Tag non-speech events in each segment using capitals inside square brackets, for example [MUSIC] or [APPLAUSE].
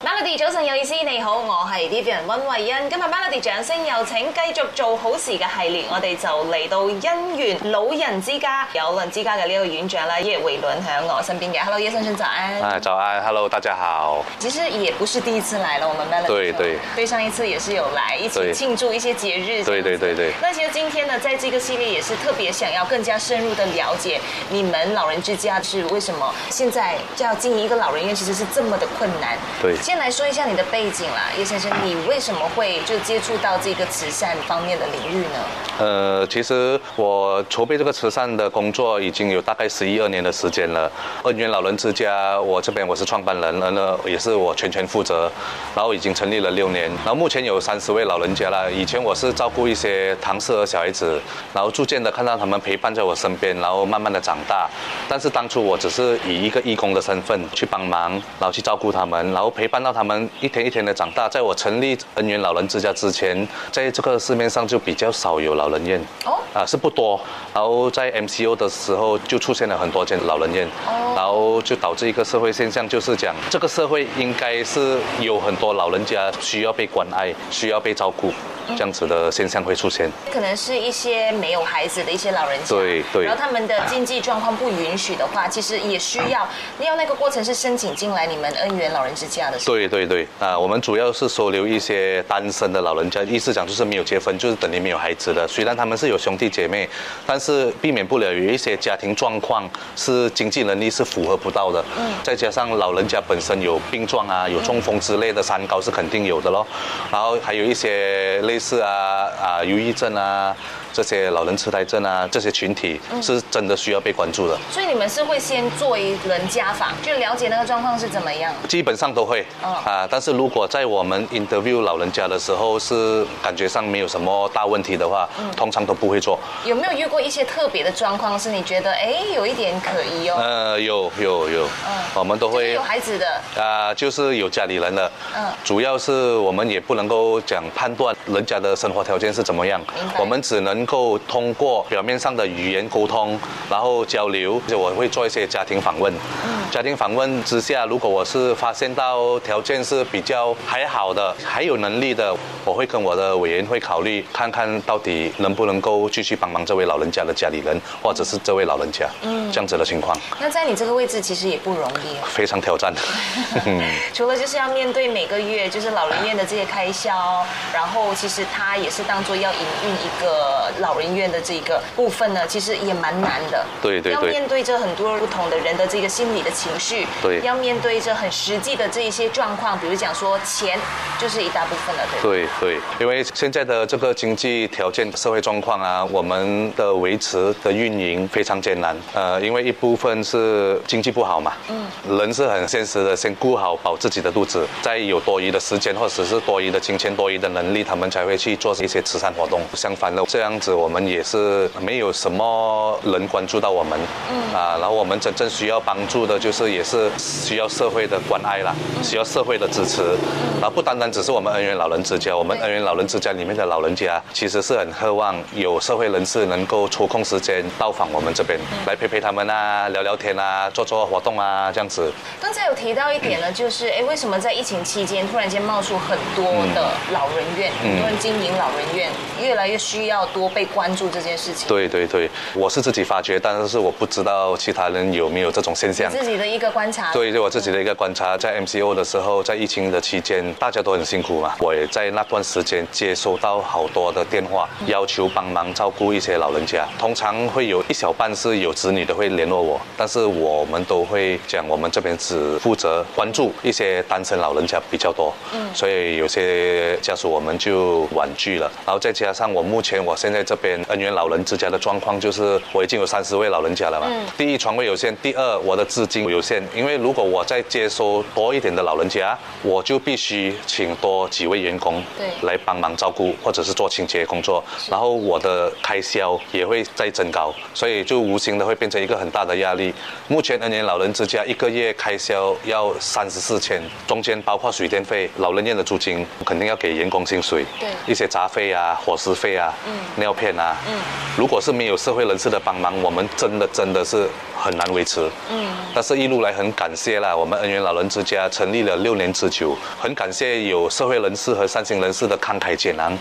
Melody 早晨有意思，你好，我係 Vivian 温慧欣。今日 Melody 掌聲有請繼續做好事嘅系列，我哋就嚟到姻緣老人之家有老人之家嘅呢個院長啦，葉維倫喺我身邊嘅。Hello，葉先生早安。哎，早安，Hello，大家好。其實也不是第一次來了，我們 Melody 對就對對上一次也是有來一起對慶祝一些節日。对对。对对，那其實今天呢，在這個系列也是特別想要更加深入的了解你們老人之家是為什麼現在要經營一個老人院其實是這麼的困难。对先來說一下你的背景啦，葉先生，你为什么会就接触到这个慈善方面的领域呢？呃，其实我筹备这个慈善的工作已经有大概十一二年的时间了。恩源老人之家，我这边我是创办人，然后也是我全权负责，然后已经成立了六年，然后目前有三十位老人家了。以前我是照顾一些唐氏儿小孩子，然后逐渐的看到他们陪伴在我身边，然后慢慢的长大。但是当初我只是以一个义工的身份去帮忙，然后去照顾他们，然后陪伴到他们一天一天的长大。在我成立恩源老人之家之前，在这个市面上就比较少有老人院。哦啊，是不多。然后在 MCO 的时候就出现了很多间老人院，哦然后就导致一个社会现象，就是讲这个社会应该是有很多老人家需要被关爱、需要被照顾，嗯这样子的现象会出现。可能是一些没有孩子的一些老人家，对对然后他们的经济状况不允许的话，其实也需要，因为那个过程是申请进来你们恩源老人之家的时候，对对对，啊，我们主要是收留一些单身的老人家，意思讲就是没有结婚，就是等于没有孩子的。虽然他们是有兄弟姐妹，但是避免不了有一些家庭状况是经济能力是符合不到的。嗯，再加上老人家本身有病状啊，有中风之类的，三高是肯定有的咯。然后还有一些类似啊啊忧郁症啊。这些老人痴呆症啊，这些群体嗯是真的需要被关注的。所以你们是会先做一轮家访，就了解那个状况是怎么样。基本上都会、哦啊，但是如果在我们 interview 老人家的时候是感觉上没有什么大问题的话，嗯通常都不会做。有没有遇过一些特别的状况，是你觉得哎有一点可疑哦？呃，有有有，我们都嗯就是会有孩子的，啊、就是有家里人了。嗯主要是我们也不能够讲判断人家的生活条件是怎么样明白，我们只能够通过表面上的语言沟通，然后交流。就我会做一些家庭访问。嗯家庭访问之下，如果我是发现到条件是比较还好的，还有能力的，我会跟我的委员会考虑，看看到底能不能够继续帮忙这位老人家的家里人，或者是这位老人家，嗯这样子的情况那在你这个位置其实也不容易哦。非常挑战。除了就是要面对每个月就是老人院的这些开销，然后其实他也是当做要营运一个老人院的这个部分呢，其实也蛮难的。对对要对面对着很多不同的人的这个心理的情绪，对要面对着很实际的这一些状况，比如讲说钱就是一大部分了，对吧。对对，因为现在的这个经济条件、社会状况啊，我们的维持的运营非常艰难。呃，因为一部分是经济不好嘛，嗯，人是很现实的，先顾好饱自己的肚子，再有多余的时间或者是多余的金钱、多余的能力，他们才会去做一些慈善活动。相反的，这样子我们也是没有什么人关注到我们，嗯啊，然后我们真正需要帮助的就是也是需要社会的关爱啦，需要社会的支持，然后不单单只是我们恩源老人之家，我们对恩源老人之家里面的老人家其实是很渴望有社会人士能够抽空时间到访我们这边，来陪陪他们啊，聊聊天啊，做做活动啊，这样子。刚才有提到一点呢，就是哎，诶为什么在疫情期间突然间冒出很多的嗯老人院，很多人经营老人院，越来越需要多被关注这件事情。对对对，我是自己发觉，但是我不知道其他人有没有这种现象你。自己的一个观察。对，对我自己的一个观察，在 MCO 的时候，在疫情的期间，大家都很辛苦嘛。我也在那段时间接收到好多的电话，要求帮忙照顾一些老人家。通常会有一小半是有子女的会联络我，但是我们都会讲，我们这边只负责关注一些单身老人家比较多。嗯，所以有些家属我们就婉拒了。然后再加上我目前我现在这边恩源老人之家的状况，就是我已经有三十位老人家了嘛。第一床位有限，第二我的资金有限，因为如果我再接收多一点的老人家，我就必须请多几位员工对来帮忙照顾或者是做清洁工作，然后我的开销也会再增高，所以就无形的会变成一个很大的压力。目前恩源老人之家一个月开销要三十四千，中间包括水电费、老人院的租金，肯定要给员工薪水，对一些杂费啊、伙食费啊，嗯，尿片啊，嗯，如果是没有社会人士的帮忙，我们真的真的是很难维持，嗯，但是一路来很感谢啦，我们恩源老人之家成立了六年之久，很感谢有社会人士和善心人士的慷慨解囊，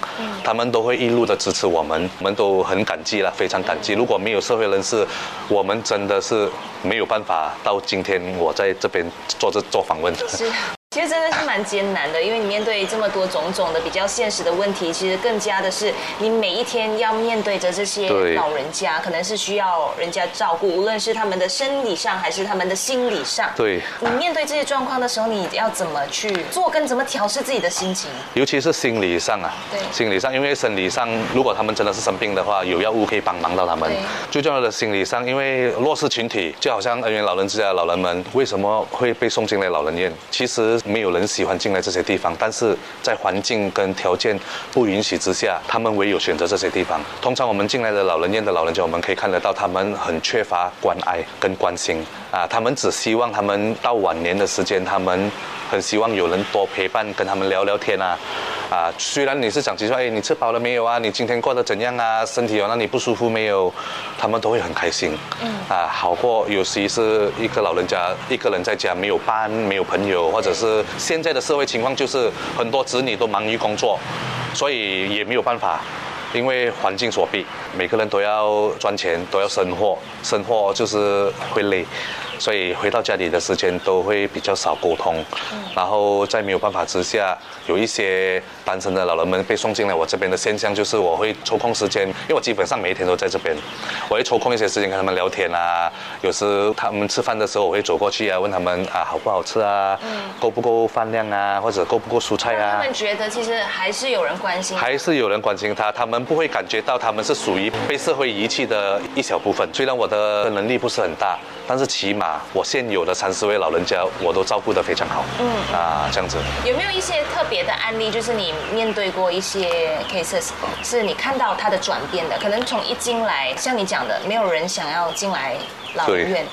他们都会一路的支持我们，我们都很感激啦，非常感激。如果没有社会人士，我们真的是没有办法到今天我在这边做这做访问。是，其实真的是蛮艰难的，因为你面对这么多种种的比较现实的问题，其实更加的是你每一天要面对着这些对老人家，可能是需要人家照顾，无论是他们的生理上还是他们的心理上。对你面对这些状况的时候，你要怎么去做，跟怎么调试自己的心情？尤其是心理上啊，对心理上，因为生理上，如果他们真的是生病的话，有药物可以帮忙到他们对。最重要的心理上，因为弱势群体，就好像恩源老人之家的老人们，为什么会被送进来老人院？其实没有人喜欢进来这些地方，但是在环境跟条件不允许之下，他们唯有选择这些地方。通常我们进来的老人院的老人家，我们可以看得到他们很缺乏关爱跟关心啊，他们只希望他们到晚年的时间，他们很希望有人多陪伴，跟他们聊聊天啊。啊，虽然你是讲起说，哎，你吃饱了没有啊？你今天过得怎样啊？身体有让你不舒服没有？他们都会很开心。嗯。啊，好过有时是一个老人家一个人在家没有伴，没有朋友，或者是现在的社会情况就是很多子女都忙于工作，所以也没有办法。因为环境所逼，每个人都要赚钱，都要生活，生活就是会累，所以回到家里的时间都会比较少沟通。嗯然后在没有办法之下，有一些单身的老人们被送进来我这边的现象，就是我会抽空时间，因为我基本上每一天都在这边，我会抽空一些时间跟他们聊天啊。有时他们吃饭的时候，我会走过去啊，问他们啊好不好吃啊，够不够饭量啊，或者够不够蔬菜让啊。嗯他们觉得其实还是有人关心。还是有人关心他，他们不会感觉到他们是属于被社会遗弃的一小部分。虽然我的能力不是很大，但是起码我现有的三十位老人家，我都照顾得非常好。嗯啊，这样子。有没有一些特别的案例，就是你面对过一些 cases，是你看到他的转变的？可能从一进来，像你讲的，没有人想要进来老人院。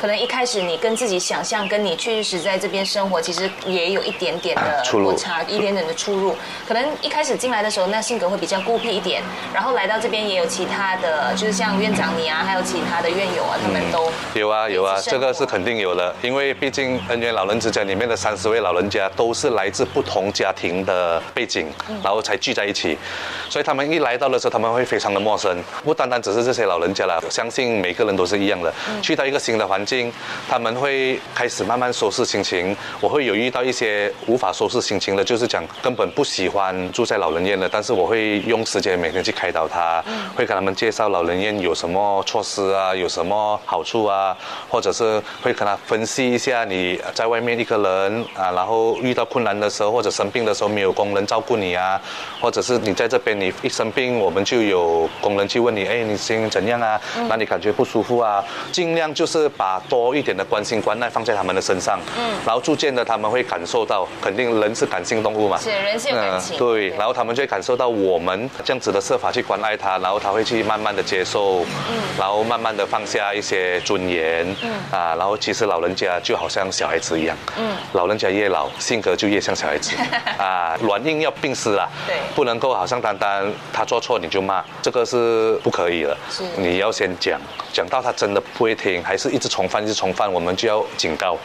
可能一开始你跟自己想象，跟你确实在这边生活，其实也有一点点的啊出入落差，一点点的出入。可能一开始进来的时候，那性格会比较孤僻一点，然后来到这边也有其他的，就是像院长你啊，还有其他的院友啊，他们都有啊有啊一，起生这个是活肯定有的，因为毕竟恩源老人之家里面的三十位老人家都是来自不同家庭的背景，然后才聚在一起，所以他们一来到的时候，他们会非常的陌生，不单单只是这些老人家啦，相信每个人都是一样的，去到一个新的环境，他们会开始慢慢收拾心情。我会有遇到一些无法收拾心情的，就是讲根本不喜欢住在老人院的，但是我会用时间每天去开导他，会跟他们介绍老人院有什么措施啊，有什么好处啊，或者是会跟他分析一下你在外面一个人啊，然后遇到困难的时候或者生病的时候没有工人照顾你啊，或者是你在这边你一生病，我们就有工人去问你，哎，你心情怎样啊？嗯哪里感觉不舒服啊？尽量就是把多一点的关心关爱放在他们的身上，嗯，然后逐渐的他们会感受到，肯定人是感性动物嘛，是人是有感情嗯对，对然后他们就会感受到我们这样子的设法去关爱他，然后他会去慢慢的接受，然后慢慢的放下一些尊严，啊，然后其实老人家就好像小孩子一样，老人家越老性格就越像小孩子，啊，软硬要并施啦，对不能够好像单单他做错你就骂，这个是不可以的是，你要先讲，讲到他真的不会听，还是一直重犯一直重犯，我们就要警告，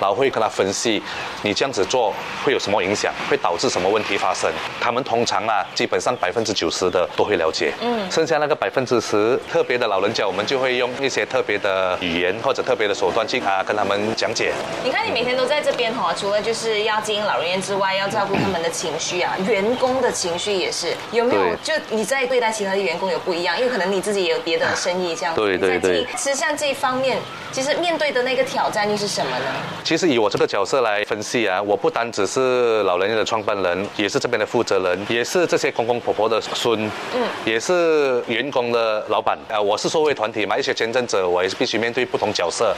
然后会跟他分析，你这样子做会有什么影响，会导致什么问题发生。他们通常啊，基本上百分之九十的都会了解，嗯，剩下那个百分之十特别的老人家，我们就会用一些特别的语言或者特别的手段去啊跟他们讲解。你看，你每天都在这边哈，除了就是要经营老人院之外，要照顾他们的情绪啊，员工的情绪也是。有没有对就你在对待其他的员工有不一样？因为可能你自己也有别的生意这样。对对对你在这一。其实像这一方面，其实面对的那个挑战又是什么呢？其实以我这个角色来分析啊，我不单只是老人院的创办人，也是这边的负责人，也是这些公公婆婆的孙，嗯，也是员工的老板啊、我是社会团体嘛，一些见证者，我也是必须面对不同角色。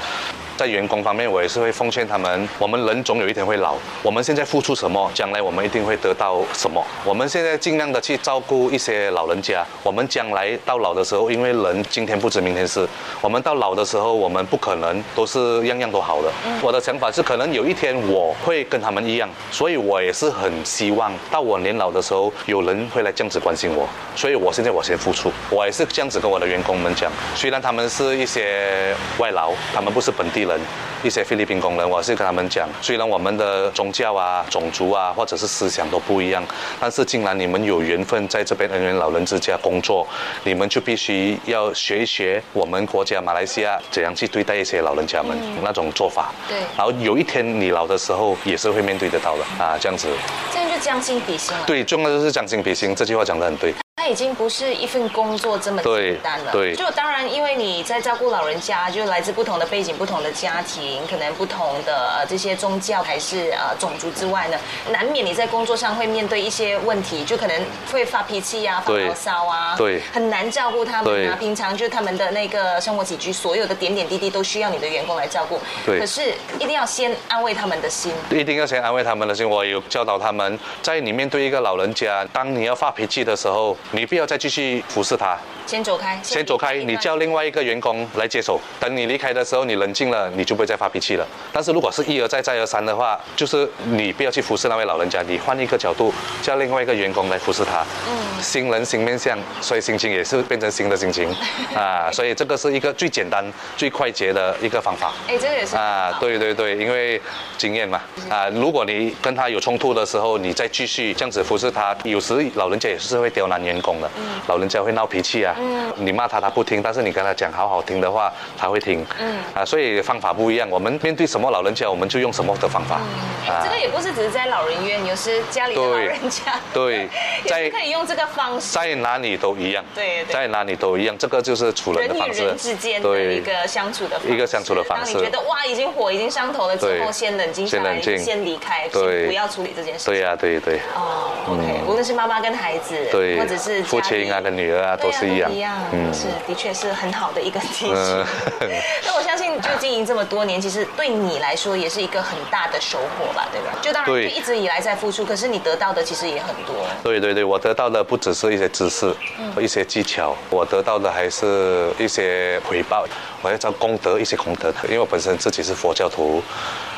在员工方面，我也是会奉劝他们，我们人总有一天会老，我们现在付出什么，将来我们一定会得到什么。我们现在尽量的去照顾一些老人家，我们将来到老的时候，因为人今天不知明天事，我们到老的时候，我们不可能。能都是样样都好的。我的想法是，可能有一天我会跟他们一样，所以我也是很希望到我年老的时候，有人会来这样子关心我。所以我现在我先付出，我也是这样子跟我的员工们讲。虽然他们是一些外劳，他们不是本地人，一些菲律宾工人，我是跟他们讲，虽然我们的宗教啊、种族啊，或者是思想都不一样，但是既然你们有缘分在这边恩人老人之家工作，你们就必须要学一学我们国家马来西亚怎样去对待一些老人家们、那种做法。对然后有一天你老的时候也是会面对得到的啊，这样子。这样就将心比心了。对，重要就是将心比心，这句话讲得很对。它已经不是一份工作这么对简单了。对就当然，因为你在照顾老人家，就来自不同的背景、不同的家庭，可能不同的、呃、这些宗教还是呃种族之外呢，难免你在工作上会面对一些问题，就可能会发脾气呀、发对牢骚啊，对很难照顾他们啊对。平常就他们的那个生活起居，所有的点点滴滴都需要你的员工来照顾。对可是一定要先安慰他们的心。一定要先安慰他们的心。我有教导他们，在你面对一个老人家，当你要发脾气的时候，你不要再继续服侍他，先走开，先走开，你叫另外一个员工来接手。等你离开的时候，你冷静了，你就不会再发脾气了。但是如果是一而再、再而三的话，就是你不要去服侍那位老人家，你换一个角度，叫另外一个员工来服侍他。嗯，新人新面相，所以心情也是变成新的心情啊。所以这个是一个最简单、最快捷的一个方法。哎，这个也是啊，对对对，因为经验嘛，啊，如果你跟他有冲突的时候，你再继续这样子服侍他，有时老人家也是会刁难员工的，嗯老人家会闹脾气啊，你骂他他不听，但是你跟他讲好好听的话，他会听，嗯啊，所以方法不一样，我们面对什么老人家，我们就用什么的方法，嗯哎啊这个也不是只是在老人院，有时家里的老人家，对 [LAUGHS] 也是可以用这个方式。在哪里都一样，对对在哪里都一样，这个就是处人人的方与式，人之间的对一个相处的方式一个相处的方式当你觉得哇，已经火已经上头了之后，对先冷静下先来，冷静先离开，对先不要处理这件事。对呀、对对哦，OK，无论是妈妈跟孩子，对，或者是家里父亲啊跟女儿啊对都啊是一样，一样，是的确是很好的一个提示嗯。 [LAUGHS] 那我相信，就经营这么多年，其实对你来说也是一个很大的收获吧，对吧？就当然对一直以来在付出，可是你得到的其实也很多。对对对，我得到的不只是一些知识、一些技巧，我得到的还是一些回报，我要找功德，一些功德。因为我本身自己是佛教徒，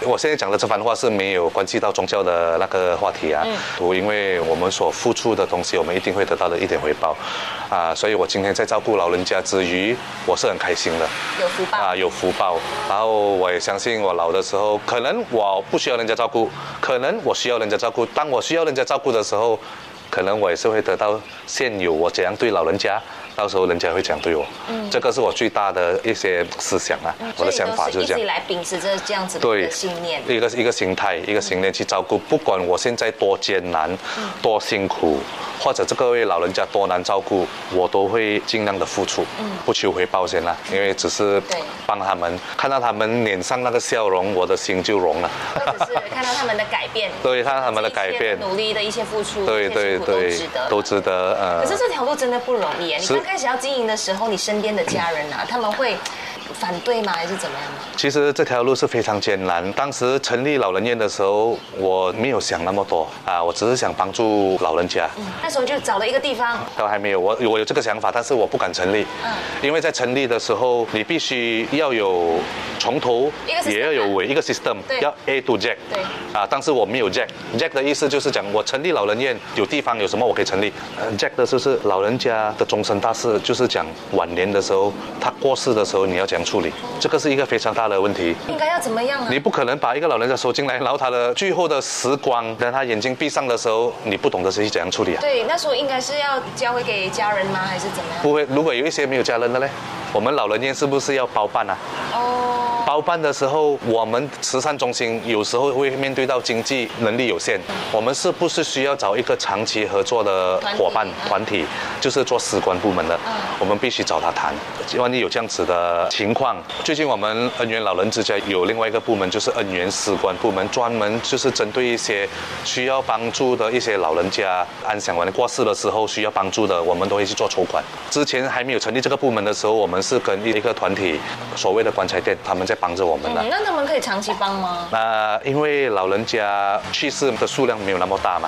我现在讲的这番话是没有关系到宗教的那个话题啊。我因为我们所付出的东西，我们一定会得到的一点回报啊，所以我今天在照顾老人家之余，我是很开心的。有福报。啊，有福报。然后我也相信，我老的时候，可能我不需要人家照顾，可能我需要人家照顾。当我需要人家照顾的时候，可能我也是会得到现有我怎样对老人家，到时候人家会怎样对我。嗯，这个是我最大的一些思想啊，我的想法就是嗯所这以你都一直以样。来秉持着这样子的一对个信念。 [LAUGHS] 一个一个心态，一个信念去照顾。不管我现在多艰难、嗯多辛苦，或者这个位老人家多难照顾，我都会尽量的付出，嗯不求回报先啦，因为只是对帮他们，看到他们脸上那个笑容，我的心就 [LAUGHS] 融了。或者是看到他们的改变，对，看到他们的改变这一切，努力的一些付出，对对这对些辛苦，都都值得。值得。呃可是这条路真的不容易耶！你是刚开始要经营的时候，你身边的家人啊，他们会反对吗？还是怎么样吗？其实这条路是非常艰难。当时成立老人院的时候，我没有想那么多啊，我只是想帮助老人家。那时候就找了一个地方，都还没有，我我有这个想法，但是我不敢成立，嗯因为在成立的时候，你必须要有从头一个 system 啊也要有尾一个 system，对要 A to Jack，对啊，但是我没有 Jack，Jack 的意思就是讲我成立老人院有地方有什么我可以成立、呃、，Jack 的就是老人家的终身大事，就是讲晚年的时候他过世的时候你要怎样处理，这个是一个非常大的问题，应该要怎么样啊？你不可能把一个老人家收进来，然后他的最后的时光，等他眼睛闭上的时候，你不懂得是怎样处理啊。对，那时候应该是要交回给家人吗？还是怎么样？不会，如果有一些没有家人的嘞，我们老人院是不是要包办啊？哦，包办的时候，我们慈善中心有时候会面对到经济能力有限，我们是不是需要找一个长期合作的伙伴团团体，就是做士官部门的嗯，我们必须找他谈。万一有这样子的情况，最近我们恩源老人之家有另外一个部门，就是恩源士官部门，专门就是针对一些需要帮助的一些老人家，安享晚年过世的时候需要帮助的，我们都会去做筹款。之前还没有成立这个部门的时候，我们是跟一个团体，所谓的棺材店，他们在帮。帮着我们了。嗯，那他们可以长期帮吗？那因为老人家去世的数量没有那么大嘛，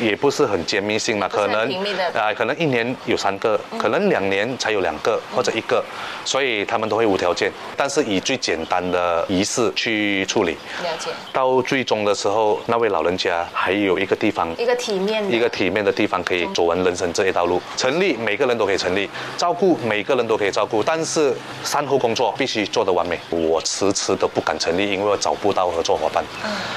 也不是很绵密性嘛，不是可很能频密的嗯啊、可能一年有三个，可能两年才有两个或者一个，所以他们都会无条件，但是以最简单的仪式去处理。了解，到最终的时候，那位老人家还有一个地方一个体面的，一个体面的地方可以走完人生这一道路。成立每个人都可以成立，照顾每个人都可以照顾，但是善后工作必须做得完美。我迟迟的不敢成立，因为我找不到合作伙伴，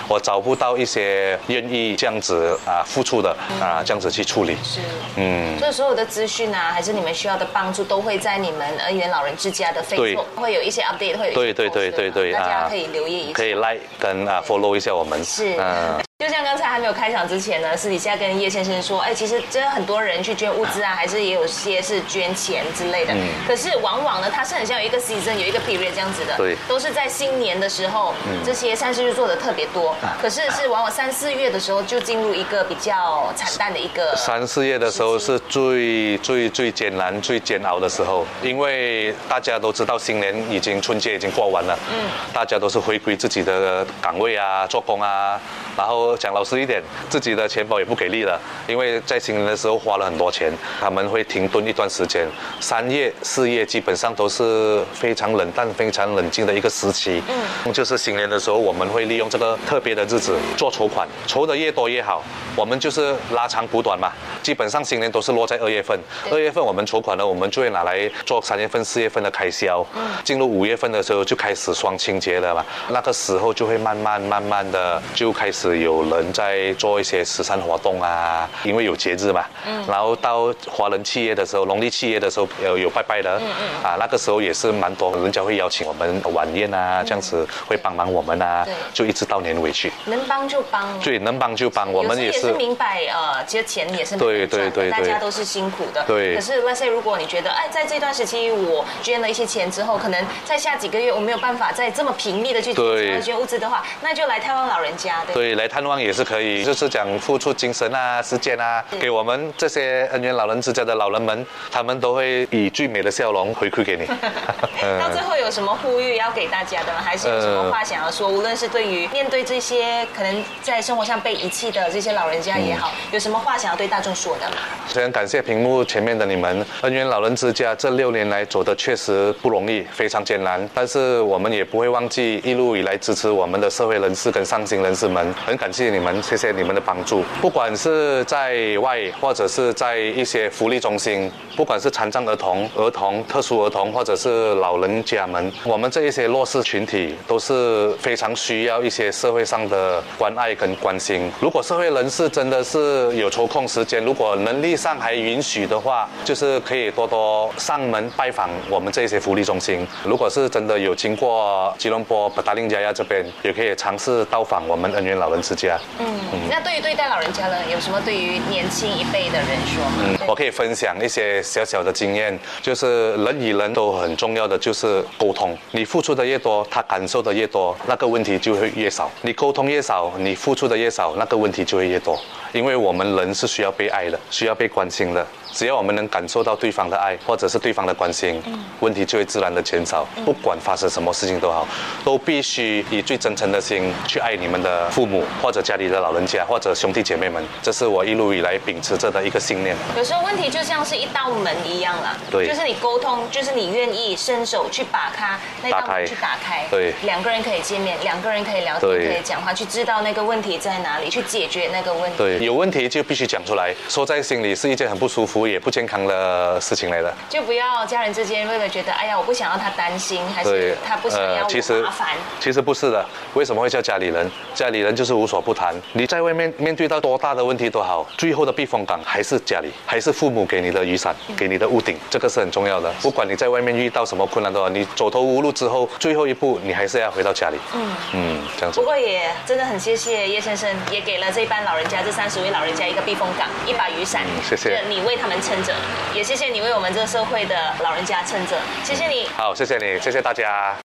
我找不到一些愿意这样子啊付出的啊这样子去处理。是。嗯。所以所有的资讯啊，还是你们需要的帮助，都会在你们儿园老人之家的 Facebook 会有一些 update，会有一些对对 post 对对对大家啊可以留意一下可。以 like 跟啊 follow 一下我们，是嗯就像刚才还没有开场之前呢，私底下跟叶先生说，哎，其实真的很多人去捐物资啊，还是也有些是捐钱之类的。嗯可是往往呢，它是很像有一个 season，有一个 period 这样子的，对嗯都是在新年的时候，这些善事就做的特别多。啊可是是往往三四月的时候就进入一个比较惨淡的一个。三四月的时候是最最最艰难、最煎熬的时候，因为大家都知道新年已经春节已经过完了，嗯，大家都是回归自己的岗位啊、做工啊，然后讲老实一点，自己的钱包也不给力了，因为在新年的时候花了很多钱，他们会停顿一段时间，三月、四月基本上都是非常冷淡、非常冷静的一个时期，嗯，就是新年的时候，我们会利用这个特别的日子做筹款，筹的越多越好，我们就是拉长补短嘛，基本上新年都是落在二月份，二月份我们筹款呢，我们就会拿来做三月份、四月份的开销。嗯进入五月份的时候就开始双清节了嘛，那个时候就会慢慢慢慢的就开始有人在做一些慈善活动啊，因为有节日嘛。嗯然后到华人企业的时候，农历企业的时候有有拜拜的，嗯啊，那个时候也是蛮多人家会邀请我们晚宴啊，这样子会帮忙我们啊对，就一直到年尾去，能帮就帮哦，对，能帮就帮，我有们时候也是是。明白，呃，其实钱也是蛮对难赚的对对大家对都是辛苦的。对可是 let's say 如果你觉得，哎，在这段时期我捐了一些钱之后，可能在下几个月我没有办法再这么频密的去对捐捐物资的话，那就来探望老人家，对。对，来探望也是可以，就是讲付出精神啊、时间啊，给我们这些恩怨老人之家的老人们，他们都会以最美的笑容回馈给你。到最后有什么呼吁要给大家的吗？还是有什么话想要嗯说？无论是对于面对这些可能在生活上被遗弃的这些老人家也好，嗯有什么话想要对大众说的吗？非常感谢屏幕前面的你们，恩怨老人之家这六年来走的确实不容易，非常艰难，但是我们也不会忘记一路以来支持我们的社会人士跟上行人士们，很感谢你们，谢谢你们的帮助。不管是在外或者是在一些福利中心，不管是残障儿童、儿童、特殊儿童或者是老人家们，我们这一些弱势群体都是非常需要一些社会上的关爱跟关心。如果社会人士真的是有抽空时间，如果能力上还允许的话，就是可以多多上门拜访我们这些福利中心。如果是真的有经过吉隆坡巴达令加亚这边，也可以尝试到访我们恩源老人之家。嗯，那对于对待老人家呢，有什么对于年轻一辈的人说吗？嗯，我可以分享一些小小的经验，就是人与人都很重要的就是沟通，你付出的越多，他感受的越多，那个问题就会越少。你沟通越少，你付出的越少，那个问题就会越多。因为我们人是需要被爱的，需要被关心的。只要我们能感受到对方的爱，或者是对方的关心，问题就会自然的减少。不管发生什么事情都好，都必须以最真诚的心去爱你们的父母，或者家里的老人家，或者兄弟姐妹们。这是我一路以来秉持着的一个信念。有时候问题就像是一道门一样啦，对就是你沟通，就是你愿意伸手去把它那道打开门去打开，对两个人可以见面，两个人可以聊天，对可以讲话，去知道那个问题在哪里，去解决那个问题。对，有问题就必须讲出来，说在心里是一件很不舒服也不健康的事情来的。就不要家人之间为了觉得，哎呀，我不想要他担心，还对呃是，他不想要其我实麻烦。其实不是的，为什么会叫家里人？家里人就是无所不谈。你在外面面对到多大的问题都好，最后的避风港还是家里，还是父母给你的雨伞，嗯给你的屋顶，这个是很重要的。不管你在外面遇到什么困难都好，你走投无路之后，最后一步你还是要回到家里。嗯嗯，这样子不。过也真的很谢谢叶先生，也给了这一班老人家这三十位老人家一个避风港，一把雨伞。嗯谢谢就你为他们撑着，也谢谢你为我们这个社会的老人家撑着，谢谢你。好，谢谢你，谢谢大家。